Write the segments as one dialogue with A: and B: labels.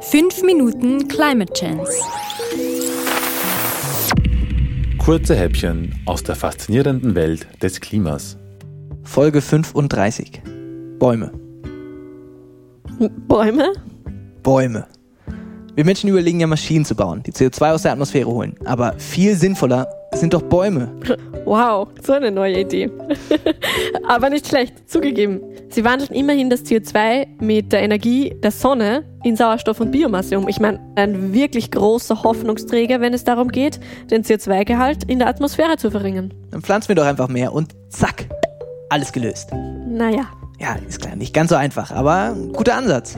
A: 5 Minuten Climate Chance.
B: Kurze Häppchen aus der faszinierenden Welt des Klimas.
C: Folge 35. Bäume.
D: Bäume?
C: Bäume. Wir Menschen überlegen ja Maschinen zu bauen, die CO2 aus der Atmosphäre holen. Aber viel sinnvoller sind doch Bäume.
D: Wow, so eine neue Idee. Aber nicht schlecht, zugegeben. Sie wandeln immerhin das CO2 mit der Energie der Sonne in Sauerstoff und Biomasse um. Ich meine, ein wirklich großer Hoffnungsträger, wenn es darum geht, den CO2-Gehalt in der Atmosphäre zu verringern.
C: Dann pflanzen wir doch einfach mehr und zack, alles gelöst.
D: Naja.
C: Ja, ist klar, nicht ganz so einfach, aber ein guter Ansatz.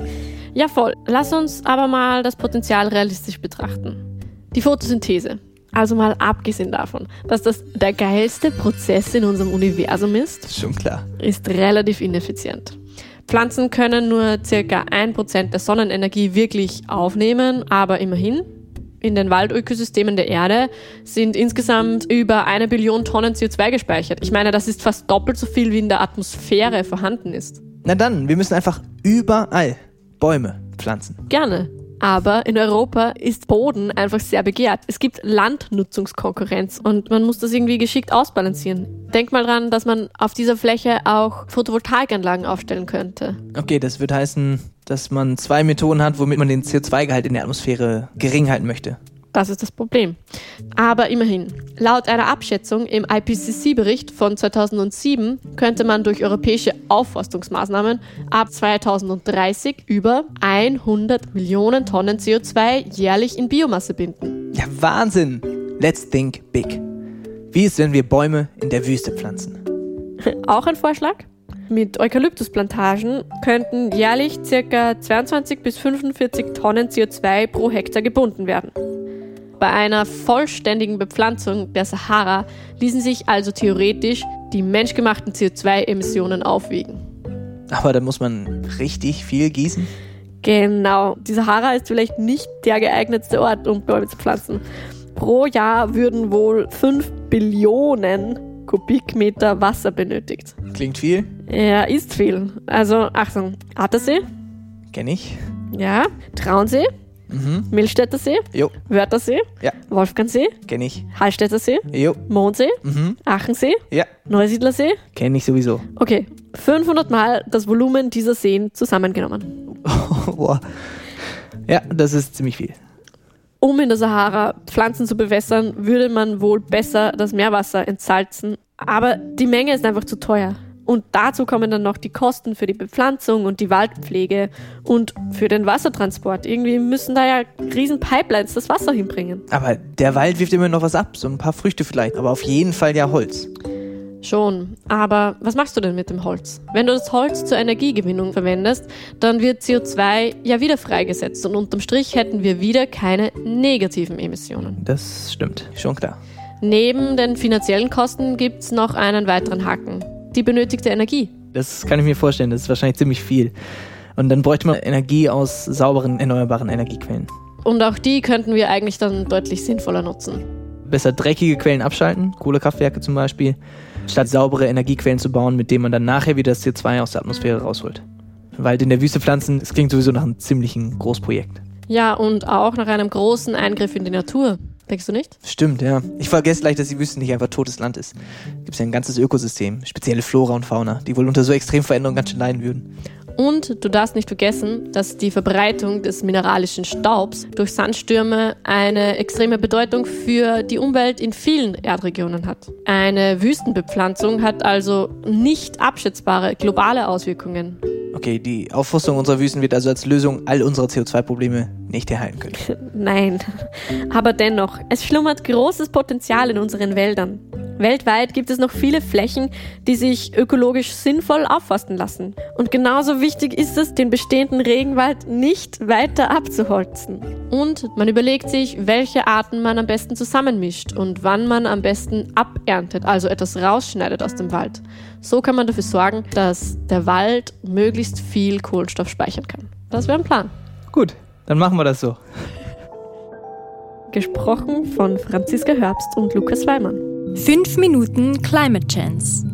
D: Ja, voll. Lass uns aber mal das Potenzial realistisch betrachten. Die Photosynthese. Also mal abgesehen davon, dass das der geilste Prozess in unserem Universum ist,
C: Ist schon klar.
D: ist relativ ineffizient. Pflanzen können nur ca. 1% der Sonnenenergie wirklich aufnehmen, aber immerhin. In den Waldökosystemen der Erde sind insgesamt über eine Billion Tonnen CO2 gespeichert. Ich meine, das ist fast doppelt so viel, wie in der Atmosphäre vorhanden ist.
C: Na dann, wir müssen einfach überall Bäume pflanzen.
D: Gerne. Aber in Europa ist Boden einfach sehr begehrt. Es gibt Landnutzungskonkurrenz und man muss das irgendwie geschickt ausbalancieren. Denk mal dran, dass man auf dieser Fläche auch Photovoltaikanlagen aufstellen könnte.
C: Okay, das wird heißen, dass man zwei Methoden hat, womit man den CO2-Gehalt in der Atmosphäre gering halten möchte.
D: Das ist das Problem. Aber immerhin, laut einer Abschätzung im IPCC-Bericht von 2007 könnte man durch europäische Aufforstungsmaßnahmen ab 2030 über 100 Millionen Tonnen CO2 jährlich in Biomasse binden.
C: Ja, Wahnsinn! Let's think big. Wie ist, wenn wir Bäume in der Wüste pflanzen?
D: Auch ein Vorschlag? Mit Eukalyptusplantagen könnten jährlich ca. 22 bis 45 Tonnen CO2 pro Hektar gebunden werden. Bei einer vollständigen Bepflanzung der Sahara ließen sich also theoretisch die menschgemachten CO2-Emissionen aufwiegen.
C: Aber da muss man richtig viel gießen.
D: Genau, die Sahara ist vielleicht nicht der geeignetste Ort, um Bäume zu pflanzen. Pro Jahr würden wohl 5 Billionen Kubikmeter Wasser benötigt.
C: Klingt viel,
D: Ja, ist viel. Also Achtung, Attersee,
C: kenne ich.
D: ja, Traunsee,
C: Mhm.
D: Milstädter See,
C: Jo,
D: Wörthersee,
C: Ja.
D: Wolfgangsee,
C: kenne ich.
D: Hallstätter See,
C: Jo,
D: Mondsee,
C: mhm.
D: Achensee,
C: Ja,
D: Neusiedler See.
C: kenne ich sowieso.
D: Okay, 500 Mal das Volumen dieser Seen zusammengenommen.
C: Boah. Ja, das ist ziemlich viel.
D: Um in der Sahara Pflanzen zu bewässern, würde man wohl besser das Meerwasser entsalzen. Aber die Menge ist einfach zu teuer. Und dazu kommen dann noch die Kosten für die Bepflanzung und die Waldpflege und für den Wassertransport. Irgendwie müssen da ja riesen Pipelines das Wasser hinbringen.
C: Aber der Wald wirft immer noch was ab, so ein paar Früchte vielleicht, aber auf jeden Fall ja Holz.
D: Schon, aber was machst du denn mit dem Holz? Wenn du das Holz zur Energiegewinnung verwendest, dann wird CO2 ja wieder freigesetzt und unterm Strich hätten wir wieder keine negativen Emissionen.
C: Das stimmt, schon klar.
D: Neben den finanziellen Kosten gibt's noch einen weiteren Haken. Die benötigte Energie.
C: Das kann ich mir vorstellen, das ist wahrscheinlich ziemlich viel. Und dann bräuchte man Energie aus sauberen, erneuerbaren Energiequellen.
D: Und auch die könnten wir eigentlich dann deutlich sinnvoller nutzen.
C: Besser dreckige Quellen abschalten, Kohlekraftwerke zum Beispiel, statt saubere Energiequellen zu bauen, mit denen man dann nachher wieder das CO2 aus der Atmosphäre rausholt. Wald in der Wüste pflanzen, das klingt sowieso nach einem ziemlichen Großprojekt.
D: Ja, und auch nach einem großen Eingriff in die Natur. Denkst du nicht?
C: Stimmt, ja. Ich vergesse gleich, dass die Wüste nicht einfach totes Land ist. Gibt es ja ein ganzes Ökosystem, spezielle Flora und Fauna, die wohl unter so extremen Veränderungen ganz schön leiden würden.
D: Und du darfst nicht vergessen, dass die Verbreitung des mineralischen Staubs durch Sandstürme eine extreme Bedeutung für die Umwelt in vielen Erdregionen hat. Eine Wüstenbepflanzung hat also nicht abschätzbare globale Auswirkungen.
C: Okay, die Aufforstung unserer Wüsten wird also als Lösung all unserer CO2-Probleme nicht erhalten können.
D: Nein, aber dennoch, es schlummert großes Potenzial in unseren Wäldern. Weltweit gibt es noch viele Flächen, die sich ökologisch sinnvoll aufforsten lassen. Und genauso wichtig ist es, den bestehenden Regenwald nicht weiter abzuholzen. Und man überlegt sich, welche Arten man am besten zusammenmischt und wann man am besten aberntet, also etwas rausschneidet aus dem Wald. So kann man dafür sorgen, dass der Wald möglichst viel Kohlenstoff speichern kann. Das wäre ein Plan.
C: Gut, dann machen wir das so.
D: Gesprochen von Franziska Herbst und Lukas Weimann.
A: 5 Minuten Climate Chance.